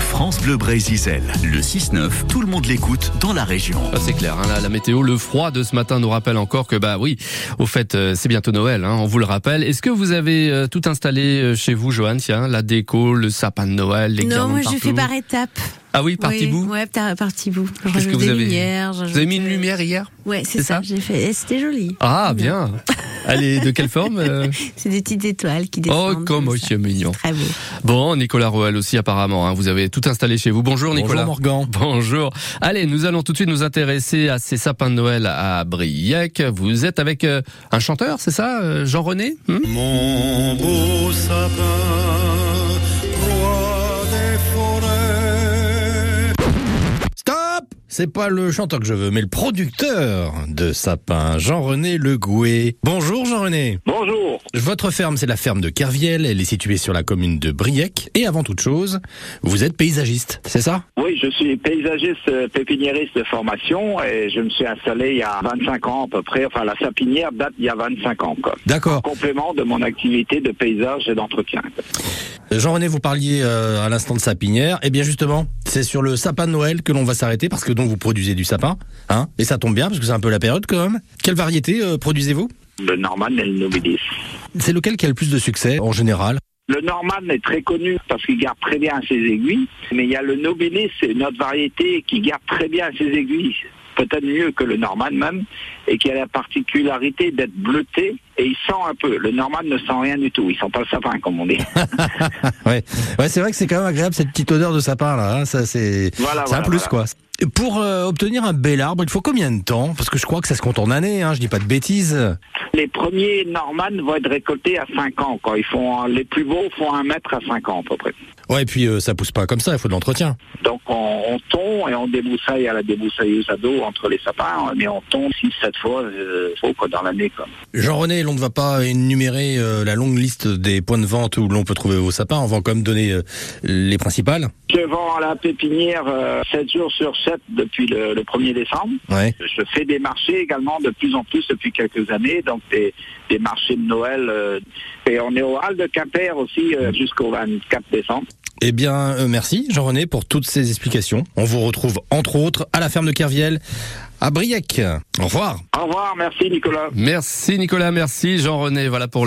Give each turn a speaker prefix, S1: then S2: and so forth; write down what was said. S1: France Bleu Brésil, le 6-9, tout le monde l'écoute dans la région.
S2: Ah, c'est clair, hein, la, la météo, le froid de ce matin nous rappelle encore que, bah oui, au fait, euh, c'est bientôt Noël, hein, on vous le rappelle. Est-ce que vous avez euh, tout installé euh, chez vous, Johan Tiens, la déco, le sapin de Noël, les
S3: Non,
S2: guirlandes
S3: moi je
S2: partout
S3: fais par étapes.
S2: Ah oui, parti
S3: oui,
S2: vous
S3: Ouais, par, parti bout. Je
S2: Qu'est-ce que
S3: rajoute
S2: vous
S3: des
S2: avez
S3: lumières,
S2: Vous
S3: j'ajoute,
S2: avez mis une
S3: euh,
S2: lumière hier
S3: Ouais, c'est
S2: c'est
S3: ça,
S2: ça
S3: j'ai fait. Et C'était joli.
S2: Ah, bien. Elle est de quelle forme euh
S3: C'est des petites étoiles qui
S2: Oh,
S3: descendent.
S2: comme
S3: ça.
S2: c'est mignon.
S3: Très beau.
S2: Bon, Nicolas Roel aussi apparemment, hein, vous avez tout installé chez vous. Bonjour Nicolas.
S4: Bonjour Morgan.
S2: Bonjour. Allez, nous allons tout de suite nous intéresser à ces sapins de Noël à Briec. Vous êtes avec euh, un chanteur, c'est ça, euh, Jean-René Hmm
S5: Mon beau sapin, roi des forêts.
S4: Stop C'est pas le chanteur que je veux, mais le producteur de sapin, Jean-René Legoué. Bonjour Jean-René.
S6: Bonjour.
S4: Votre ferme, c'est la ferme de Kerviel. Elle est située sur la commune de Briec. Et avant toute chose, vous êtes paysagiste, c'est ça
S6: Oui, je suis paysagiste euh, pépiniériste de formation et je me suis installé il y a 25 ans à peu près. Enfin, la sapinière date il y a 25 ans. Quoi.
S4: D'accord.
S6: Complément de mon activité de paysage et d'entretien.
S4: Jean-René, vous parliez euh, à l'instant de sapinière. Eh bien justement, c'est sur le sapin de Noël que l'on va s'arrêter parce que donc vous produisez du sapin. Hein et ça tombe bien parce que c'est un peu la période quand même. Quelle variété euh, produisez-vous
S6: Le Norman et le Nobilis.
S4: C'est lequel qui a le plus de succès en général
S6: Le Norman est très connu parce qu'il garde très bien ses aiguilles, mais il y a le Nobilis, c'est une autre variété qui garde très bien ses aiguilles, peut-être mieux que le Norman même, et qui a la particularité d'être bleuté et il sent un peu. Le Norman ne sent rien du tout, il sent pas le sapin comme on dit.
S4: Ouais, ouais c'est vrai que c'est quand même agréable cette petite odeur de sapin là. hein. Ça c'est
S6: Voilà,
S4: c'est un
S6: voilà,
S4: plus
S6: voilà.
S4: quoi. Et Pour euh, obtenir un bel arbre, il faut combien de temps Parce que je crois que ça se compte en années. Hein, je dis pas de bêtises.
S6: Les premiers Norman vont être récoltés à 5 ans. Quoi. Ils font, les plus beaux font un mètre à 5 ans à peu près.
S4: Ouais, et puis euh, ça pousse pas comme ça. Il faut de l'entretien.
S6: Donc on, on tond et on déboussaille à la déboussailleuse à dos entre les sapins, hein. mais on tond 6-7 fois euh, faut, quoi, dans l'année. quoi.
S4: Jean-René, l'on ne va pas énumérer euh, la longue liste des points de vente où l'on peut trouver vos sapins. On va quand même donner euh, les principales.
S6: Je vends à la pépinière 7 jours sur 7 depuis le, le 1er décembre.
S4: Ouais.
S6: Je fais des marchés également de plus en plus depuis quelques années, donc des, des marchés de Noël. euh, et on est au Hall de Quimper aussi euh, jusqu'au 24 décembre.
S4: Eh bien, euh, merci Jean-René pour toutes ces explications. On vous retrouve entre autres à la ferme de Kerviel, à Briec. Au revoir.
S6: Au revoir, merci Nicolas.
S2: Merci Nicolas, merci Jean-René. Voilà pour